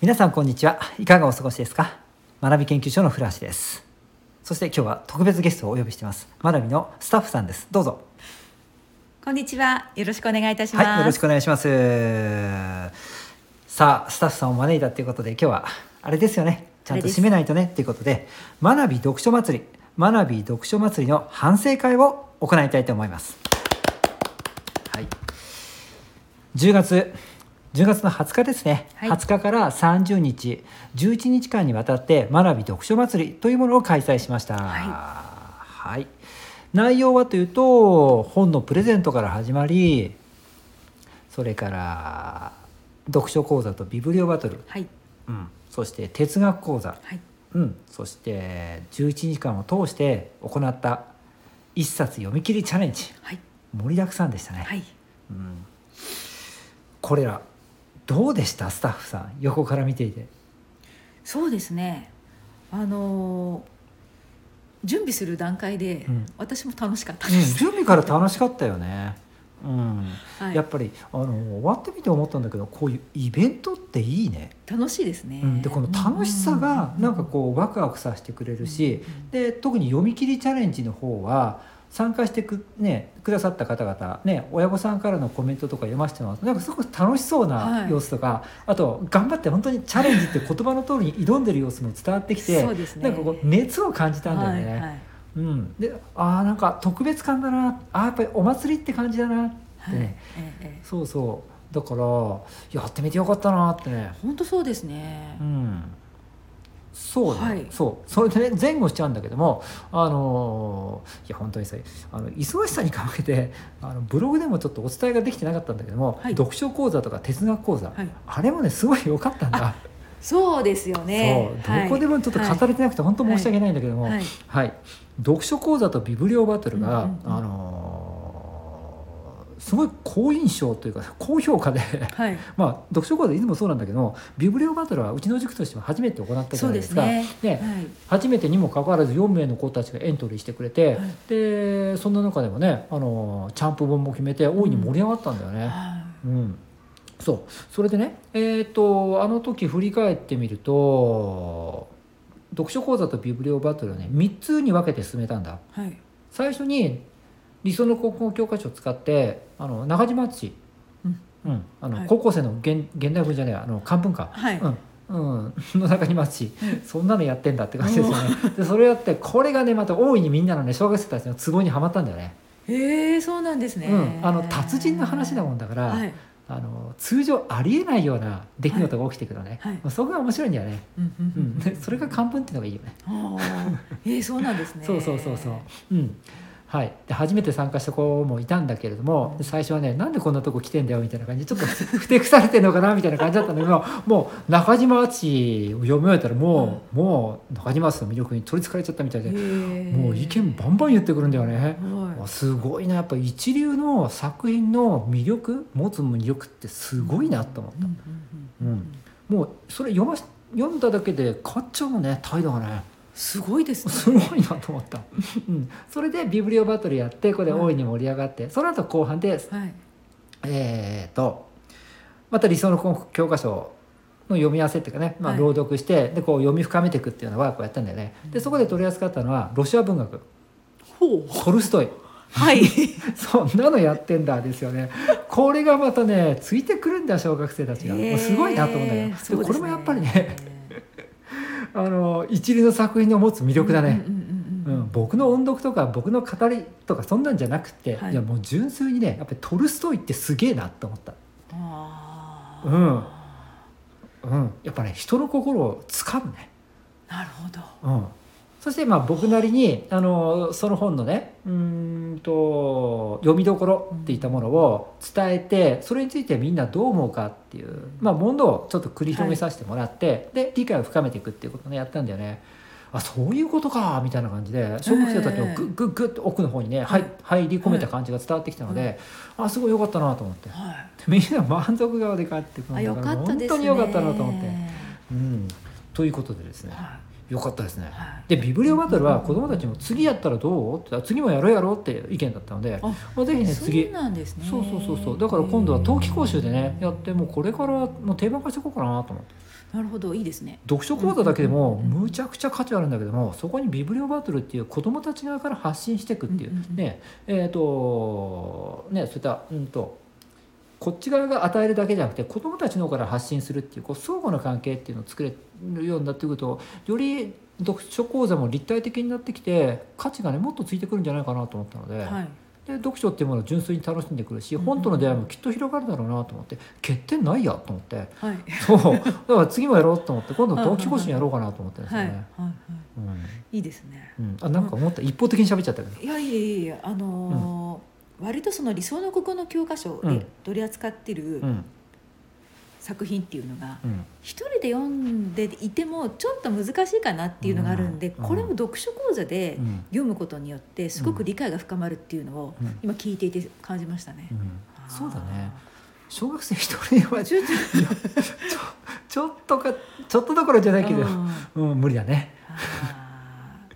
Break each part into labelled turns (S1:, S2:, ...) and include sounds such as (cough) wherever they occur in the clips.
S1: 皆さんこんにちはいかがお過ごしですか学び研究所の古橋ですそして今日は特別ゲストをお呼びしています学びのスタッフさんですどうぞ
S2: こんにちは。よろしくお願いいたします。
S1: はいよろしくお願いしますさあスタッフさんを招いたということで今日はあれですよねちゃんと締めないとねということで学び読書祭り学び読書祭りの反省会を行いたいと思いますはい10月10月の20日ですね、
S2: はい
S1: 20日から30日11日間にわたって学び読書祭りというものを開催しました、はい内容はというと本のプレゼントから始まりそれから読書講座とビブリオバトル、
S2: はい。
S1: うん、そして哲学講座、
S2: はい。
S1: うん、そして11日間を通して行った一冊読み切りチャレンジ
S2: はい。
S1: 盛りだくさんでしたね、
S2: はい。
S1: うんこれらどうでしたスタッフさん横から見ていて
S2: そうですね。あのー準備する段階で、
S1: うん
S2: 私も楽しかった
S1: うん
S2: です。
S1: 準備から楽しかったよね、うん
S2: はい
S1: やっぱりあの終わってみて思ったんだけどこういうイベントっていいね、
S2: 楽しいですね。
S1: うんでこの楽しさがなんかこうワクワクさせてくれるし、で特に読み切りチャレンジの方は参加してく,、ね、くださった方々、ね、親御さんからのコメントとか読ませてもらうとなんかすごく楽しそう
S2: は
S1: ない様子とか、あと頑張って本当にチャレンジって言葉の通りに挑んでる様子も伝わってきて
S2: そうですね
S1: なんかこう熱を感じたんだよね。
S2: はいはい
S1: うん、でああんか特別感だなあーやっぱりお祭りって感じだなってね、
S2: はいええええ
S1: そうそうだからやってみてよかったなってね
S2: 本当そうですね
S1: う。んそうね、
S2: はい
S1: そうそれでね前後しちゃうんだけどもあのーいや本当にさあの忙しさにかまけてあのブログでもちょっとお伝えができてなかったんだけども、
S2: はい
S1: 読書講座とか哲学講座、
S2: はい
S1: あれもねすごい良かったんだ、
S2: そうですよね。
S1: そうどこでもちょっと語れてなくて、本当申し訳ないんだけども、
S2: はいはい
S1: はい、読書講座とビブリオバトルが、
S2: うんうんうん
S1: あのーすごい好印象というか高評価で
S2: はい。はい
S1: まあ読書講座いつもそうなんだけどビブリオバトルはうちの塾としても初めて行ったじゃ
S2: そう
S1: ない
S2: で
S1: です
S2: す
S1: か。
S2: ね。
S1: で
S2: はい。
S1: 初めてにもかかわらず4名の子たちがエントリーしてくれて、
S2: はい
S1: でそんな中でもね、あのーチャンプ本も決めて大いに盛り上がったんだよね。
S2: は
S1: うん、そうそれでねえっ、とあの時振り返ってみると読書講座とビブリオバトルをね3つに分けて進めたんだ
S2: いはい。
S1: 最初に理想の高校教科書を使ってあの中島敦
S2: うん
S1: うんあの
S2: はい
S1: 高校生の現現代文じゃないあの漢文か、
S2: はい。
S1: うん、 (laughs) うん、の中にますし、そんなのやってんだって感じですよね。で、それやって、これがね、また大いにみんなのね、小学生たちのツボにはまったんだよね。
S2: ええそうなんですね。
S1: うん、あの達人の話だもんだから、
S2: はい。
S1: あの通常ありえないような出来事が起きてくるのね、
S2: はいはい
S1: まあそこが面白いんだよね、
S2: うんう
S1: うんん、でそれが漢文っていうのがいいよね
S2: ああ、えー、そうなんですね。
S1: そうそうそうそううんはい、で初めて参加した子もいたんだけれどもで最初はねなんでこんなとこ来てんだよみたいな感じでちょっとふ (laughs) てくされてんのかなみたいな感じだったんだけ
S2: (laughs)
S1: どもう中島敦を読み終えたらもう、もう中島敦の魅力に取りつかれちゃったみたいで、も
S2: も
S1: う意見バンバン言ってくるんだよね。
S2: は
S1: すごいなやっぱ一流の作品の魅力持つ魅力ってすごいなと思っ
S2: い。う
S1: た、
S2: んうんうんうん
S1: もうそれ読まし読んだだけで買っちゃうのね態度がね
S2: すごいですね。
S1: すごいなと思った、 (laughs) うん、それでビブリオバトルやってこれ大いに盛り上がって、その後後半で
S2: はい。
S1: えー、とまた理想の教科書の読み合わせっていうかね、まあ、
S2: はい
S1: 朗読して、でこう読み深めていくっていうようなワークをやったんだよねでそこで取り扱ったのはロシア文学
S2: ほう。
S1: トルスト (laughs) イ
S2: はい。
S1: そんなのやってんだですよね。これがまたねついてくるんだ小学生たちが、もうすごいなと思うんだよ。
S2: え
S1: で
S2: ーそうですね
S1: これもやっぱりねあの一流の作品の持つ魅力だね。
S2: うんう
S1: うん
S2: うんうん
S1: ん、僕の音読とか僕の語りとかそんなんじゃなくて、、
S2: はいい
S1: やもう純粋にねやっぱりトルストイってすげえなと思った、
S2: あ
S1: う
S2: ー
S1: んうん、やっぱね人の心をつかむね、
S2: なるほど。
S1: うん、そしてまあ僕なりにあのその本のねうーんと読みどころっていったものを伝えてそれについてみんなどう思うかっていう、まあ、問答をちょっと繰り広げさせてもらって、で理解を深めていくっていうことをねやったんだよね。あそういうことかみたいな感じで小学生たちの
S2: ええ
S1: グッグッグッと奥の方にね、はい、入り込めた感じが伝わってきたので、あすごい良かったなと思って
S2: はい。
S1: みんな満足顔で帰ってくる
S2: あ
S1: んだ
S2: よ
S1: か
S2: からったです
S1: 本
S2: ね。
S1: 当に良かったなと思って。うん、ということでですね
S2: は
S1: よかったですね
S2: はい
S1: でビブリオバトルは子どもたちも次やったらどうってあ次もやろうやろうっていう意見だったので、
S2: あ
S1: まあ、ぜひね
S2: そう
S1: 次
S2: なんですね
S1: そうそうそうそうだから今度は冬季講習でねやってもうこれからもう定番化していこうかなと思って
S2: なるほどいいですね
S1: 読書講座だけでも
S2: うんうんうん
S1: むちゃくちゃ価値あるんだけどもそこにビブリオバトルっていう子どもたち側から発信していくっていう
S2: うんうんうん
S1: ねえっ、とねそういったうんとこっち側が与えるだけじゃなくて子どもたちの方から発信するっていうこう相互の関係っていうのを作れるようになってくるとより読書講座も立体的になってきて価値がねもっとついてくるんじゃないかなと思ったので,、
S2: はい
S1: で読書っていうものを純粋に楽しんでくるし
S2: うんうん
S1: 本との出会いもきっと広がるだろうなと思って欠点ないやと思って。
S2: はい
S1: そうだから次もやろうと思って今度
S2: はいは
S1: 同
S2: い
S1: 期更新やろうかなと思ってるんです
S2: は
S1: よ
S2: いはい
S1: ね、
S2: はいいいですね
S1: うんうん、あなんか思った一方的に喋っちゃったけど
S2: いやいやいやあのー割とその理想の国語の教科書
S1: うん
S2: で取り扱ってる
S1: うん
S2: 作品っていうのが
S1: うん
S2: 一人で読んでいてもちょっと難しいかなっていうのがあるんで
S1: うん
S2: これも読書講座で
S1: うん
S2: 読むことによってすごく理解が深まるっていうのを
S1: うん
S2: 今聞いていて感じましたね
S1: う。んそうだね
S2: あ
S1: 小学生一人
S2: ー。
S1: はちょ
S2: ちょっと (laughs)
S1: ちょっとかちょっとどころじゃないけど
S2: う、ん
S1: うん、無理だね、
S2: あ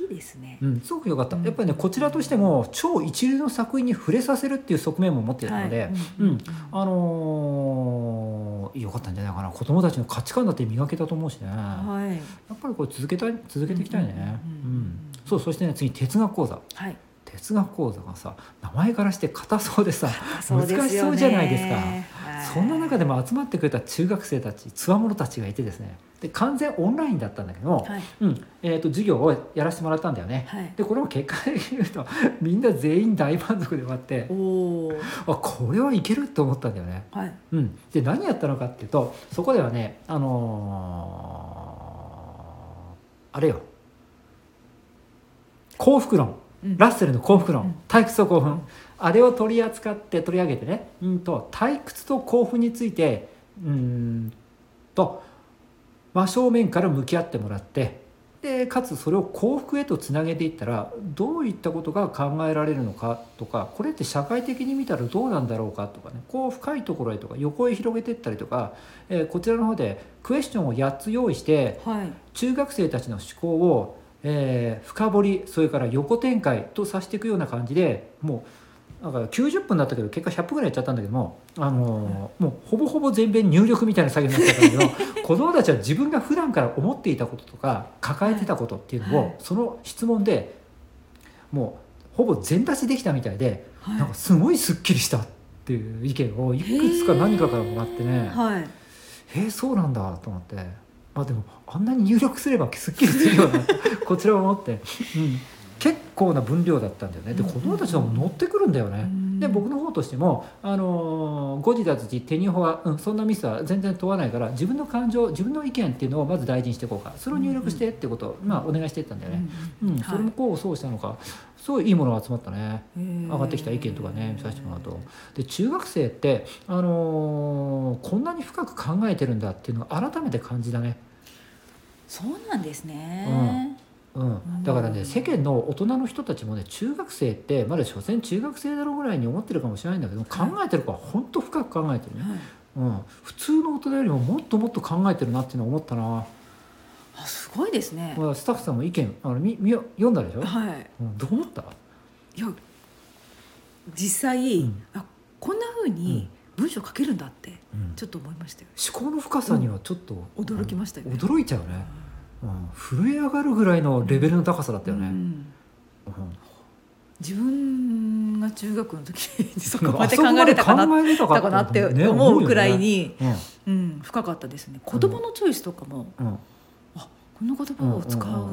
S2: ーいいですね
S1: う。ん、すごく良かった
S2: うん
S1: やっぱりねこちらとしても超一流の作品に触れさせるっていう側面も持っているので、
S2: はい
S1: うんあのー、良かったんじゃないかな子供たちの価値観だって磨けたと思うしね、
S2: は
S1: や
S2: い
S1: っぱりこれ続けたい続けていきたいね
S2: うんうんうんうん
S1: うんそうそしてね次哲学講座
S2: はい。
S1: 哲学講座がさ名前からして硬そうでさ
S2: うですよね
S1: 難しそうじゃないですか
S2: はい
S1: そんな中でも集まってくれた中学生たちつわものたちがいてですねで完全オンラインだったんだけども、
S2: はい
S1: うんえー、と授業をやらせてもらったんだよね。
S2: はい。
S1: でこれも結果的に言うとみんな全員大満足で終わって
S2: おおー
S1: あこれはいけると思ったんだよね。
S2: はい
S1: うん、で何やったのかっていうとそこではねあのーあれよ幸福論
S2: うん
S1: ラッセルの幸福論、
S2: うん
S1: 退屈と興
S2: うん
S1: 奮あれを取り扱って取り上げてね、うん、と退屈と興奮についてうーんと真正面から向き合ってもらってでかつそれを幸福へとつなげていったらどういったことが考えられるのかとかこれって社会的に見たらどうなんだろうかとかねこう深いところへとか横へ広げていったりとか、えーこちらの方でクエスチョンを8つ用意して
S2: はい
S1: 中学生たちの思考を、えー深掘りそれから横展開とさせていくような感じでもうなんか90分だったけど結果100分ぐらいやっちゃったんだけども、あのーもうほぼほぼ全面入力みたいな作業になっちゃったんだけど
S2: (laughs)
S1: 子どもたちは自分が普段から思っていたこととか抱えてたことっていうのを、
S2: はい
S1: その質問でもうほぼ全出しできたみたいで、
S2: はい。
S1: なんかすごいすっきりしたっていう意見をいくつか何かからもらってね。
S2: はい。
S1: へえそうなんだと思ってまあでもあんなに入力すればすっきりするような (laughs) こちらを思って、うん、結構な分量だったんだよねで
S2: うん
S1: 子供たちのも乗ってくるんだよね、で僕
S2: の
S1: の方としても、あのー誤字脱字手に法は、うん、そんなミスは全然問わないから自分の感情自分の意見っていうのをまず大事にしていこうかそれを入力してってことを、まあ、お願いしていったんだよね、うん
S2: はい
S1: それもこうそうしたのかすごいいいものが集まったね上
S2: 上
S1: がってきた意見とかね見させてもらうとで中学生って、あのーこんなに深く考えてるんだっていうのを改めて感じだね、
S2: そうなんですね。
S1: うん、だから
S2: う
S1: ね
S2: ん
S1: 世間の大人の人たちもね中学生ってまだ所詮中学生だろうぐらいに思ってるかもしれないんだけど考
S2: はい
S1: えてる子は本当深く考えてるね、
S2: はい
S1: うん、普通の大人よりももっともっと考えてるなっていうのを思ったな、
S2: あすごいですね。
S1: まあ、スタッフさんも意見あのみみ読んだでしょ、
S2: はい。
S1: うん、どう思った
S2: いや実際、
S1: うん
S2: あこんな風に文章書けるんだって
S1: うん
S2: ちょっと思いましたよ。
S1: 思考の深さにはちょっと、
S2: うん驚きましたよ
S1: う
S2: ね
S1: ん驚いちゃうね、うん、震え上がるぐらいのレベルの高さだったよ
S2: う
S1: ね、
S2: ん
S1: うん
S2: 自分が中学の時にそこま
S1: あ
S2: で
S1: そ
S2: 考
S1: こま
S2: え
S1: で
S2: れ
S1: 考
S2: たかな
S1: えれたかっ
S2: た
S1: た
S2: か
S1: の
S2: な
S1: ね
S2: って思うくらい
S1: ね
S2: に、
S1: 思うよね
S2: うん、深かったですね。子供のチョイスとかも、
S1: うんうん
S2: この言葉を使う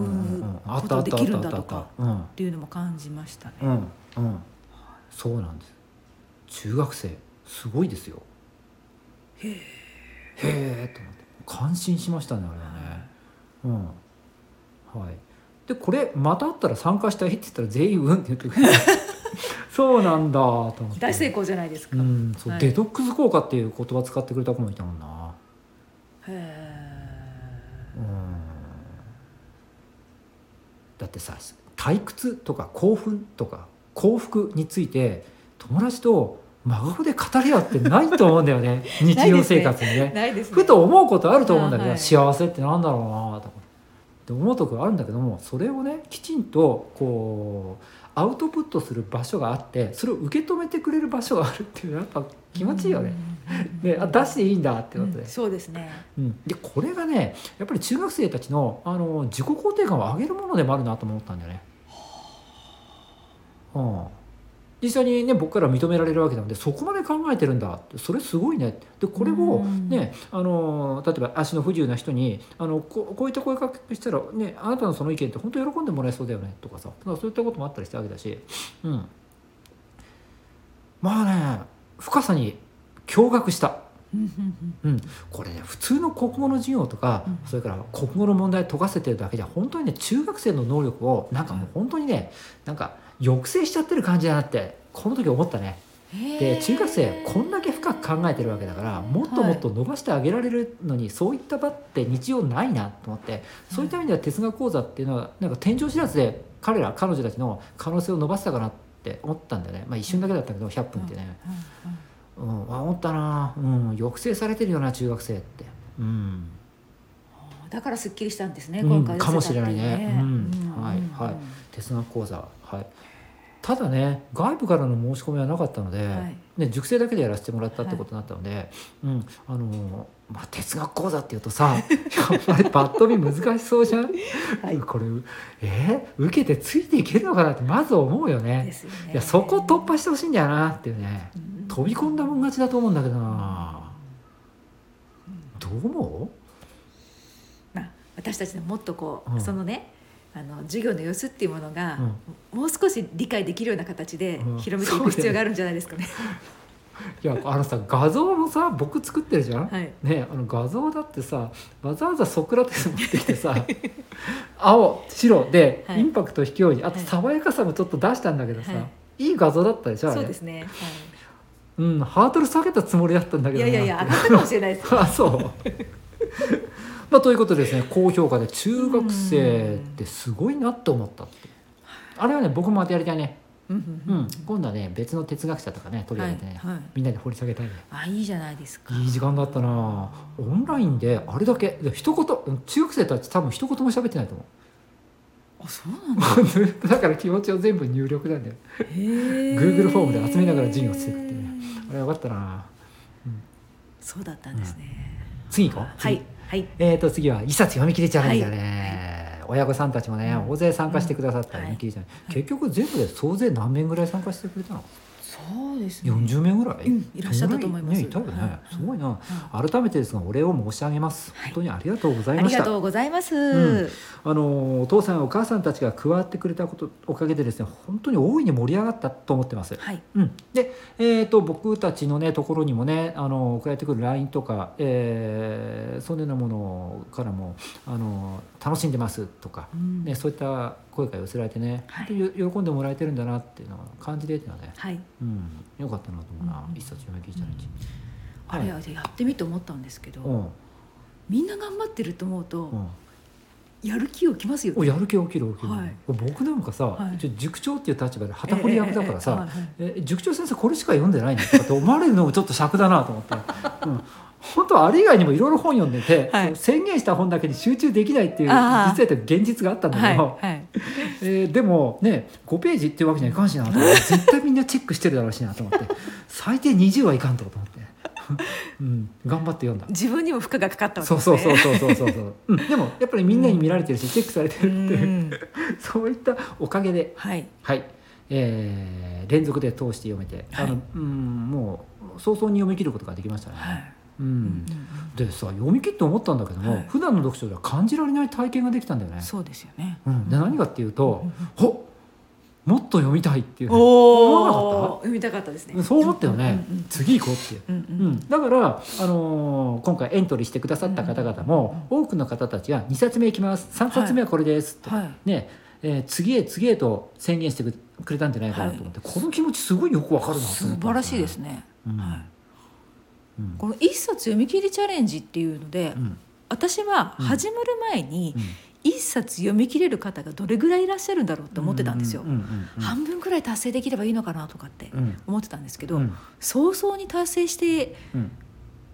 S2: ことができるんだとか
S1: うんうん
S2: っていうのも感じましたね。
S1: うんうんそうなんです中学生すごいですよへえへえと思って感心しましたねあれはねうんはいでこれまたあったら参加したいって言ったら全員「うん」って言ってくれてそうなんだと思って
S2: 大成功じゃないですか。
S1: うんそう、
S2: はい
S1: デトックス効果っていう言葉使ってくれた子もいたもんな
S2: へえ
S1: うんだってさ退屈とか興奮とか幸福について友達と真顔で語り合ってないと思うんだよ
S2: (laughs)
S1: ね日常生活にね
S2: ないですね。
S1: ふと思うことあると思うんだけど、
S2: あはい
S1: 幸せってなんだろうなとかって思うところがあるんだけどもそれをねきちんとこうアウトプットする場所があってそれを受け止めてくれる場所があるっていうのはやっぱ気持ちいいよね。であ出していいんだってことで
S2: うん、そうですね
S1: うん、でこれがねやっぱり中学生たちのあの自己肯定感を上げるものでもあるなと思ったんだよね。うん、実際にね僕から認められるわけなのでそこまで考えてるんだってそれすごいねってでこれを
S2: うん
S1: ねあの例えば足の不自由な人にあのここういった声かけしたら、ね、あなたのその意見って本当喜んでもらえそうだよねとかさだからそういったこともあったりしたわけだし、うん、まあね深さに驚愕した。
S2: うんうん
S1: これね普通の国語の授業とか、
S2: うん
S1: それから国語の問題解かせてるだけじゃ本当にね中学生の能力をなんかもう本当にねなんか抑制しちゃってる感じだなってこの時思ったね。
S2: うんへー
S1: で中学生こんだけ深く考えてるわけだからもっともっと伸ばしてあげられるのに、そういった場って日常ないなと思ってそういった意味では哲学講座っていうのはなんか天井知らずで彼ら彼女たちの可能性を伸ばせたかなって思ったんだよね、まあ、一瞬だけだったけど100分ってね。
S2: うんうん
S1: うん、あ思ったな、うん、抑制されてるよな中学生って、うん、
S2: だからすっきりしたんですね、
S1: うん
S2: 今回
S1: かもしれないねうん
S2: うん
S1: はい
S2: うん
S1: はい哲学講座はいただね外部からの申し込みはなかったので、
S2: はい
S1: ね、塾生だけでやらせてもらったってことになったので、うんあのーまあ、哲学講座っていうとさ (laughs) やっぱりパッと見難しそうじゃん、
S2: はい
S1: これえー受けてついていけるのかなってまず思うよね
S2: ですよね
S1: いやそこ突破してほしいんだよなっていうね
S2: うん
S1: 飛び込んだもん勝ちだと思うんだけどなどう思う
S2: まあ私たちのもっとこう、
S1: うん
S2: そのねあの授業の様子っていうものが、
S1: うん
S2: もう少し理解できるような形で
S1: うん
S2: 広めていく必要があるんじゃないですかね。
S1: いやあのさ画像もさ僕作ってるじゃん、
S2: はい、
S1: ねあの画像だってさわざわざソクラテス持ってきてさ (laughs) 青白で
S2: はい
S1: インパクト引くように、あと
S2: はい
S1: 爽やかさもちょっと出したんだけどさ、、
S2: はい
S1: い画像だったでしょあれ
S2: そうですね。は
S1: うん、ハードル下げたつもりだったんだ
S2: い、
S1: け
S2: い
S1: どない
S2: ややいや上がったかもしれないです。
S1: あそう (laughs) まあということでですね高評価で中学生ってすごいなって思ったってあれはね僕もまたやりたいね
S2: うん
S1: うん、今度はね別の哲学者とかね取り上げてね、
S2: はいはい
S1: みんなで掘り下げたいね
S2: あいいじゃないですか。
S1: いい時間だったなオンラインであれだけで一言うん中学生たち多分一言も喋ってないと思
S2: あそうなんだ。
S1: う (laughs) だから気持ちを全部入力なんだよ
S2: へー
S1: Google フォームで集めながら授業していくっていうねあれよかったな
S2: そうだったんですね。
S1: 次行こう
S2: は
S1: 次
S2: いはい。
S1: えー、と次は一冊読み切りチャレンジだね、親御さんたちもね
S2: うん
S1: 大勢参加してくださった
S2: うん
S1: 読み切りチャレンジ、
S2: はい
S1: 結局全部で総勢何名ぐらい参加してくれたの、
S2: そうですね。
S1: 40名ぐらい、
S2: うんいらっしゃったと思います
S1: ねいたよね、
S2: は
S1: すごいな改めてですがお礼を申し上げます
S2: はい
S1: 本当にありがとうござ
S2: あ
S1: いま
S2: り
S1: した、
S2: がとうございます。
S1: んあのお父さんやお母さんたちが加わってくれたことおかげでですね本当に大いに盛り上がったと思ってます。
S2: はい。
S1: うん、で、えー、と僕たちの、ね、ところにもねあの送られてくる LINE とか、えー、そのようなものからもあの楽しんでますとか、
S2: うん
S1: ね、そういった声が寄せられてね、
S2: はい
S1: 本当に喜んでもらえてるんだなっていうのは感じれてたね、
S2: はい。
S1: うん、よかったなと思うな、
S2: うん
S1: 一冊読み切りチャレンジ。
S2: あれはやってみて思ったんですけど、
S1: うん
S2: みんな頑張ってると思うと、
S1: うん
S2: やる気をきますよね。
S1: おやる気起きる起きる、
S2: はい
S1: 僕なんかさ、
S2: はい
S1: 一応塾長っていう立場で旗振り役だからさ、
S2: ええええええはい
S1: え塾長先生これしか読んでないのとかって思われるのもちょっと尺だなと思
S2: (laughs)
S1: って、うん、本当はあれ以外にもいろいろ本読んでて、
S2: はい
S1: 宣言した本だけに集中できないっていう実
S2: あー
S1: 際と現実があったんだけど、
S2: はいはい
S1: えーでもね5ページっていうわけにはいかんしなと思って絶対みんなチェックしてるだろうしなと
S2: (laughs)
S1: 思って最低20はいかんとと思って、うん、頑張って読んだ。
S2: 自分にも負荷がかかったわけ
S1: そ
S2: で
S1: う
S2: す
S1: そう
S2: ね。
S1: そうそうそうそうそう、うん、でもやっぱりみんなに見られてるし、チェックされてるっていうう、
S2: ん
S1: そういったおかげで
S2: はい。
S1: はい、えー連続で通して読めて、あ
S2: は
S1: の
S2: い
S1: うんもう早々に読み切ることができましたね。
S2: はい。
S1: う、
S2: うんん
S1: でさ読み切って思ったんだけども、
S2: はい
S1: 普段の読書では感じられない体験ができたんだよね。
S2: そうですよね。
S1: うん、で何かっていうと
S2: うん、
S1: ほもっと読みたいっていうね、思わな
S2: お
S1: か
S2: お。読みたかったですね。
S1: そう思ったよね、
S2: うんうん
S1: 次行こうっていう。
S2: うんう
S1: うんん、だから、あのー今回エントリーしてくださった方々も、多くの方たちが2冊目いきます3冊目はこれです、と
S2: はい。
S1: ねえー次へ次へと宣言してくくれたんじゃないかなと思って、この気持ちすごいよくわかるなと
S2: 素
S1: 思った
S2: 晴
S1: んよ
S2: ら
S1: ね
S2: しいですね。
S1: うん
S2: はい。
S1: うん
S2: この一冊読み切りチャレンジっていうので
S1: う、ん
S2: 私は始まる前に一冊読み切れる方がどれぐらいいらっしゃるんだろうと思ってたんですよ
S1: う。んうん
S2: 半分くらい達成できればいいのかなとかって
S1: うんうん
S2: 思ってたんですけ
S1: う
S2: ど、
S1: ん
S2: 早々に達成して
S1: うん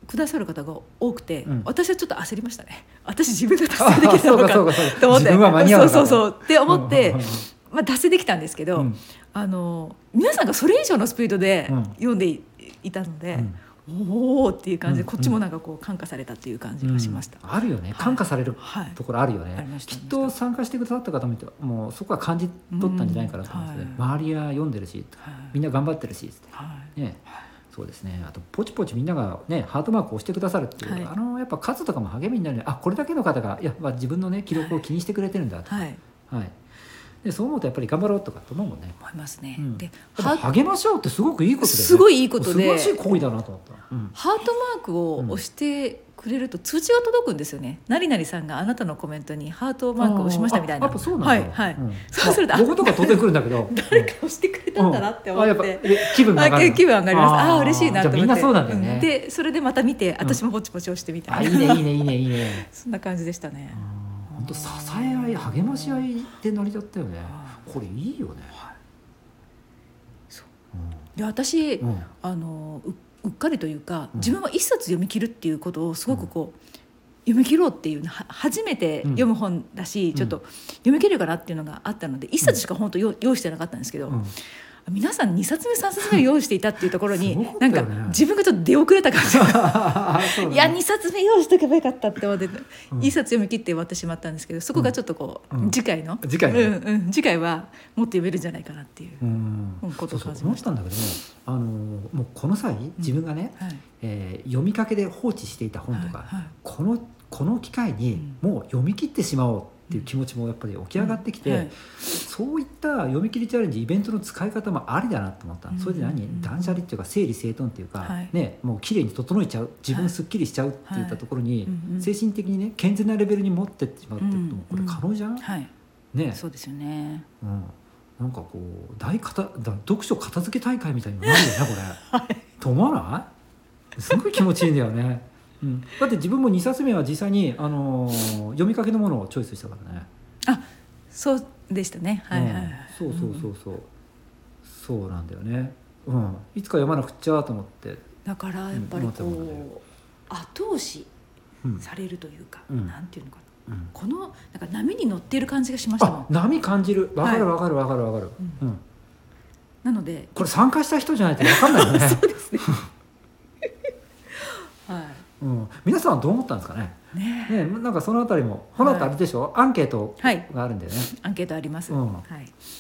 S2: くださる方が多くて、
S1: うん
S2: 私はちょっと焦りましたね (laughs) 私自分が達
S1: あ
S2: 成できた
S1: そう
S2: の
S1: かそ
S2: か
S1: うかそうか
S2: と思って
S1: 自分は間に合うのか
S2: そうそうそうって思って、
S1: うんうん
S2: まあ、達成できたんですけど、
S1: うん
S2: あの皆さんがそれ以上のスピードで
S1: うん
S2: 読んでいいたので、おおっていう感じでこっちもなんかこう感化されたっていう感じ
S1: うん
S2: がしました、
S1: あるよね感化される
S2: はい
S1: ところあるよね、
S2: ありました
S1: きっと参加してくださった方もいてもうそこは感じ取ったんじゃないかなと思うんですね、
S2: うん
S1: 周りは読んでるし
S2: はい
S1: みんな頑張ってるしって
S2: はい
S1: ねそうですねあとポチポチみんながねハートマークを押してくださるっていう、
S2: はい
S1: あのやっぱ数とかも励みになるねあこれだけの方がいや、まあ、自分のね記録を気にしてくれてるんだと、
S2: はい
S1: はいでそう思うとやっぱり頑張ろうとかと思うもんね
S2: 思いますね、
S1: うん
S2: で
S1: やっぱ
S2: ハ
S1: 励まし合うってすごくいいことだよね
S2: すごいいいこと
S1: 素晴ら
S2: で
S1: しい行為だなと思った、うん
S2: ハートマークを押してくれると通知が届くんですよね、何々さんがあなたのコメントにハートマークを押しましたみたいな
S1: あーあやっぱそうなんだ
S2: はいはい、
S1: うん
S2: そうすると
S1: まあ僕とか飛んでくるんだけど
S2: (laughs) 誰か押してくれたんだなって思って、
S1: うんあやっぱえ気分が上がる
S2: あ気分上がりますああー嬉しいなと思
S1: じゃあみ
S2: って
S1: んなそうなんだよね、
S2: うんでそれでまた見て私もポチポチ押してみた
S1: あ
S2: い
S1: い
S2: な、
S1: いねいいねいいねいいね
S2: (laughs) そんな感じでしたね、
S1: 本当支え合い励まし合いで成り立ったよねこれいいよね、
S2: そう
S1: う
S2: で私、
S1: んうん
S2: あのううっかりというか
S1: うん
S2: 自分は一冊読み切るっていうことをすごくこう、読み切ろうっていうのは初めて読む本だし、
S1: ん
S2: ちょっと読み切れるかなっていうのがあったので一冊しか本当よ用意してなかったんですけど、
S1: うん
S2: 皆さん2冊目3冊目を用意していたっていうところに、
S1: (laughs) すごか
S2: な
S1: っ
S2: ん
S1: た
S2: か
S1: よね
S2: 自分がちょっと出遅れた感じが。
S1: そう
S2: い
S1: だ
S2: や
S1: ね
S2: 2冊目用意しとけばよかったって思って、
S1: ん
S2: 一冊読み切って終わってしまったんですけどそこがちょっとこう、
S1: うん
S2: 次回の
S1: 次回ね
S2: うんうん、次回はもっと読めるんじゃないかなっていう、
S1: うん
S2: うんことを
S1: そう
S2: 感
S1: そう
S2: じ
S1: 思
S2: ま
S1: っ
S2: した
S1: たんだけどもあのもうこの際自分がね、
S2: はい
S1: えー読みかけで放置していた本とか、
S2: はいはい
S1: このこの機会にもう読み切ってしまおうっていう気持ちもやっぱり起き上がってきて、
S2: うんはい
S1: そういった読み切りチャレンジイベントの使い方もありだなと思った、
S2: うん
S1: それで
S2: うん
S1: 何断捨離っていうか整理整頓っていうか、
S2: はい
S1: ね、もう綺麗に整えちゃう自分すっきりしちゃうっていったところに、
S2: はいうんうん
S1: 精神的にね健全なレベルに持ってってしまうっていうこともこ
S2: う
S1: れ
S2: ん
S1: 可能じゃん、
S2: はい、
S1: ね
S2: そうですよね
S1: うん、なんかこう大片だ読書片付け大会みたいにもなるよね
S2: (laughs)
S1: これ。と思わないすごい気持ちいいんだよね。うん、だって自分も2冊目は実際に、あのー読みかけのものをチョイスしたからね。
S2: あそうでしたねはいはい、は
S1: う
S2: い
S1: んそうそうそうそう、そうなんだよね、うん、いつか読まなくっちゃと思って、
S2: だからやっぱりこう、
S1: うん思ったもん
S2: 後押し
S1: うん
S2: されるというか、
S1: うん
S2: なんていうのかな
S1: うん
S2: このなんか波に乗っている感じがしましたも
S1: あ
S2: ん
S1: 波感じるわかる
S2: は
S1: わかるわかるわかる、うん
S2: なので、
S1: これ参加した人じゃないとわかんないよね、
S2: (laughs) は
S1: うん、皆さんはどう思ったんですかね
S2: い、ね
S1: ねなんかそのあたりもこのあたりあれでしょ、アンケート
S2: はい
S1: があるんだよね
S2: アンケートあります、
S1: うん
S2: はい、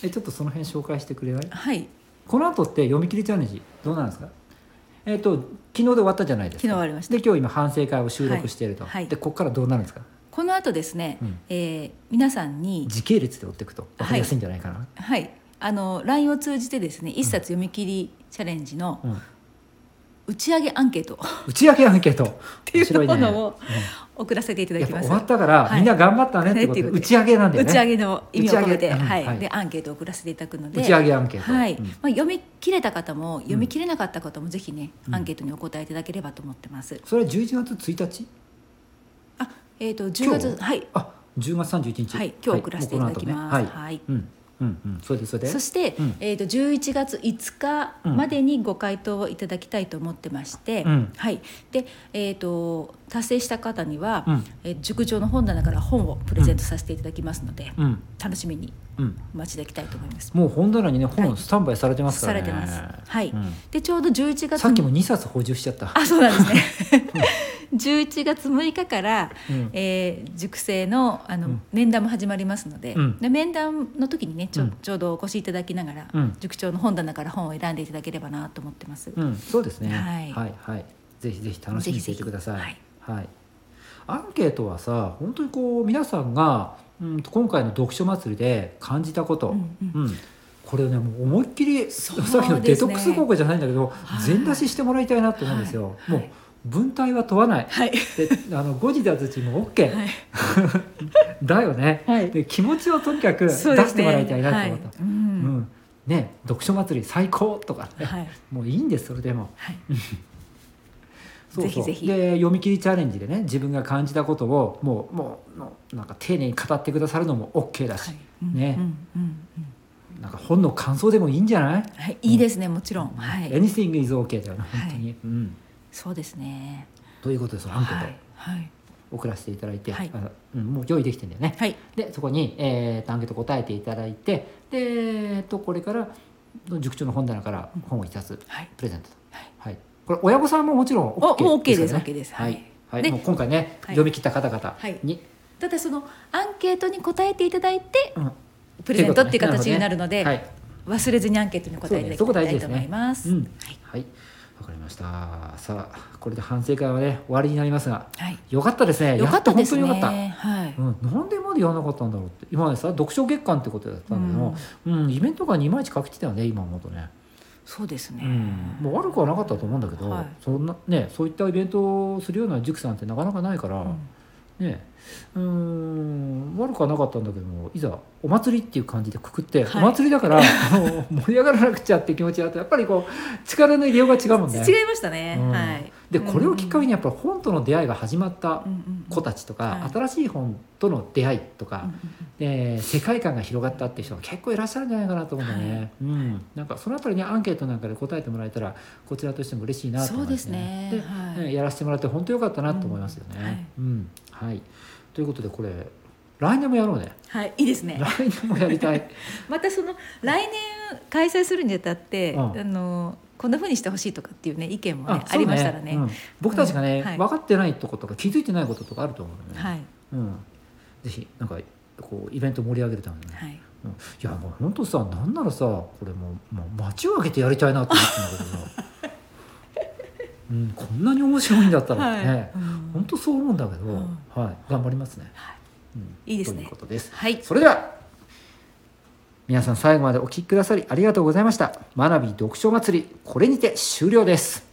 S1: えちょっとその辺紹介してくれない
S2: はい、
S1: この後って読み切りチャレンジどうなんですかえっ、と昨日で終わったじゃないですか
S2: 昨日終わりました
S1: で今日今反省会を収録していると、
S2: はいはい
S1: でここからどうなるんですか
S2: この後ですね、
S1: うん
S2: えー皆さんに、
S1: 時系列で追っていくと分かりやすいんじゃないかな、
S2: はい、あの LINE を通じてですね一冊読み切りチャレンジの
S1: うん、
S2: 打ち上げアンケート
S1: 打ち上げアンケートって
S2: いうもの
S1: 面
S2: を
S1: 白いね
S2: 送らせていた
S1: うん
S2: だ
S1: やっ
S2: き
S1: ぱ
S2: ます
S1: 終わったから、
S2: はい
S1: みんな頑張ったねってことで
S2: ねっていうことで
S1: 打ち上げなんだよ
S2: 打
S1: ね
S2: ち上げの意味を込め
S1: 打ち上
S2: て、
S1: げうん
S2: はい
S1: はい
S2: でアンケートを送らせていただくので
S1: 打ち上げアンケート
S2: はい
S1: うん
S2: まあ、読み切れた方も読み切れなかった方もぜひね、アンケートにお答えいただければと思ってます、
S1: それは11月1日
S2: あえっ、と10
S1: 今
S2: 月
S1: 日
S2: はい
S1: あ10月31日
S2: はい今日送らせていただきます
S1: もうこの後ねはい、
S2: はい
S1: うんうんうんそれでそれで
S2: そして、
S1: うん
S2: えー、と11月5日までにご回答をいただきたいと思ってまして、
S1: うん
S2: はい、で、えー、と達成した方には、
S1: うん
S2: えー塾長の本棚から本をプレゼントさせていただきますので、
S1: うん
S2: 楽しみに
S1: うん
S2: お待ちいただきたいと思います。
S1: もう本棚にね
S2: は
S1: 本
S2: い
S1: スタンバイされてますか
S2: さ
S1: らね、
S2: れてます。はい。
S1: うん
S2: でちょうど11月
S1: さっきも2冊補充しちゃった
S2: あそうなんです
S1: (laughs)
S2: ね。11月6日から、
S1: うん
S2: えー塾生のあの、
S1: うん
S2: 面談も始まりますので,、
S1: うん
S2: で面談の時にねちょ,、
S1: うん
S2: ちょうどお越しいただきながら、
S1: うん
S2: 塾長の本棚から本を選んでいただければなと思ってます。
S1: うん、そうですね。
S2: はい
S1: はい、はいぜひぜひ楽しみにしていてください。
S2: ぜひぜ
S1: はい、アンケートはさ、本当にこう皆さんが、うん、今回の読書祭りで感じたこと。
S2: うんう
S1: う
S2: ん
S1: んこれをね、もう思いっきり、
S2: そうです
S1: さ
S2: ね
S1: っきのデトックス効果じゃないんだけど、
S2: はい
S1: 全出ししてもらいたいなと思うんですよ。
S2: はい
S1: もう文体は問わない。
S2: はい、 (laughs)
S1: で、あの誤字脱字も OK、
S2: はい
S1: (laughs) だよね。
S2: はい
S1: で、気持ちをとにかく出
S2: (laughs) そうです
S1: してもらいたいなと思った。
S2: はい、う、
S1: うんん、ね、読書祭り最高とかね、
S2: はい
S1: もういいんですそれでも。
S2: はい、
S1: そうそう
S2: ぜひぜひ
S1: で読み切りチャレンジでね自分が感じたことをもうもうもうなんか丁寧に語ってくださるのも OK だし、
S2: うん
S1: ね
S2: うんうんうん
S1: なんか本の感想でもいいんじゃない、
S2: はい、いいですねもちろん、はい、
S1: ?Anything is OK だよね本当に、うん、
S2: そうですね
S1: ということでそのアンケートを
S2: はい
S1: 送らせていただいて、
S2: はい
S1: あのうん、もう用意できてんだよね。
S2: はい
S1: でそこに、えー、とアンケート答えていただいてで、えー、とこれから塾長の本棚から本を一冊
S2: はい
S1: プレゼントと、
S2: はい
S1: これ親御さんももちろん OK
S2: おもう OK です
S1: よね
S2: OK です
S1: は
S2: はい
S1: い、はい
S2: で
S1: もう今回ね、
S2: はい
S1: 読み切った方々に、
S2: ただそのアンケートに答えていただいて
S1: うん
S2: プレゼントっていう
S1: ということ
S2: 形
S1: ね
S2: になるので、
S1: はい
S2: 忘れずにアンケートに答えていただきたいと思います。
S1: そうねそこ大事では
S2: はい
S1: い、わかりましたさあこれで反省会はね終わりになりますが
S2: はい
S1: よかったですね
S2: よかったですね。
S1: やっと本当によかっ
S2: はい
S1: た、うん、なんでまでやらなかったんだろうって今までさ読書月間ってことだったんだけど、うん、イベントがいまいちかけてたよね今思うとね、
S2: そうですね。
S1: うん、もう悪くはなかったと思うんだけど、
S2: はい
S1: そんなねそういったイベントをするような塾さんってなかなかないから、
S2: うん
S1: ねうん悪くはなかったんだけどもいざお祭りっていう感じでくくって、
S2: はい
S1: お祭りだ
S2: (laughs)
S1: からあの盛り上がらなくちゃって気持ちだとやっぱりこう力の入れようが違うもん
S2: 違
S1: ね。
S2: いましたね。
S1: うん
S2: はい。
S1: でこれをきっかけ
S2: に
S1: にやっぱり本との出会いが始まった子たちとか、
S2: はい
S1: 新しい本との出会いとか、で世界観が広がったっていう人が結構いらっしゃるんじゃないかなと思うんだよね、
S2: はい
S1: うん、なんかそのあたりにアンケートなんかで答えてもらえたらこちらとしても嬉しいなと
S2: そ
S1: 思いうま
S2: です
S1: すね
S2: ね。はい
S1: ねやらせてもらって本当良かったなと思いますよね。うんはい、ということでこれ来年もやろうね
S2: はい、いいですね
S1: 来。年もやりた
S2: (laughs)
S1: い
S2: またその来年開催するにあたって、
S1: うん
S2: あのこんな風にしてほしいとかっていうね意見もねあ
S1: そう
S2: りましたらね。
S1: うん僕たちがね、
S2: うんはい
S1: 分かってないとことか気づいてないこととかあると思うので、
S2: はい
S1: うん、ぜひなんかこうイベント盛り上げるためにね、
S2: はい。
S1: うんいやもう本当さなんならさこれもうもう街を開けてやりたいなと思ってんだけどさ、
S2: (laughs)
S1: うん、こんなに面白いんだったらね、
S2: はいうん
S1: 本当そう思うんだけど、
S2: うん
S1: はい、頑張りますね、
S2: はい
S1: うん
S2: いいですね
S1: ということです
S2: はい。
S1: それでは皆さん最後までお聞きくださりありがとうございました「学び読書祭り」これにて終了です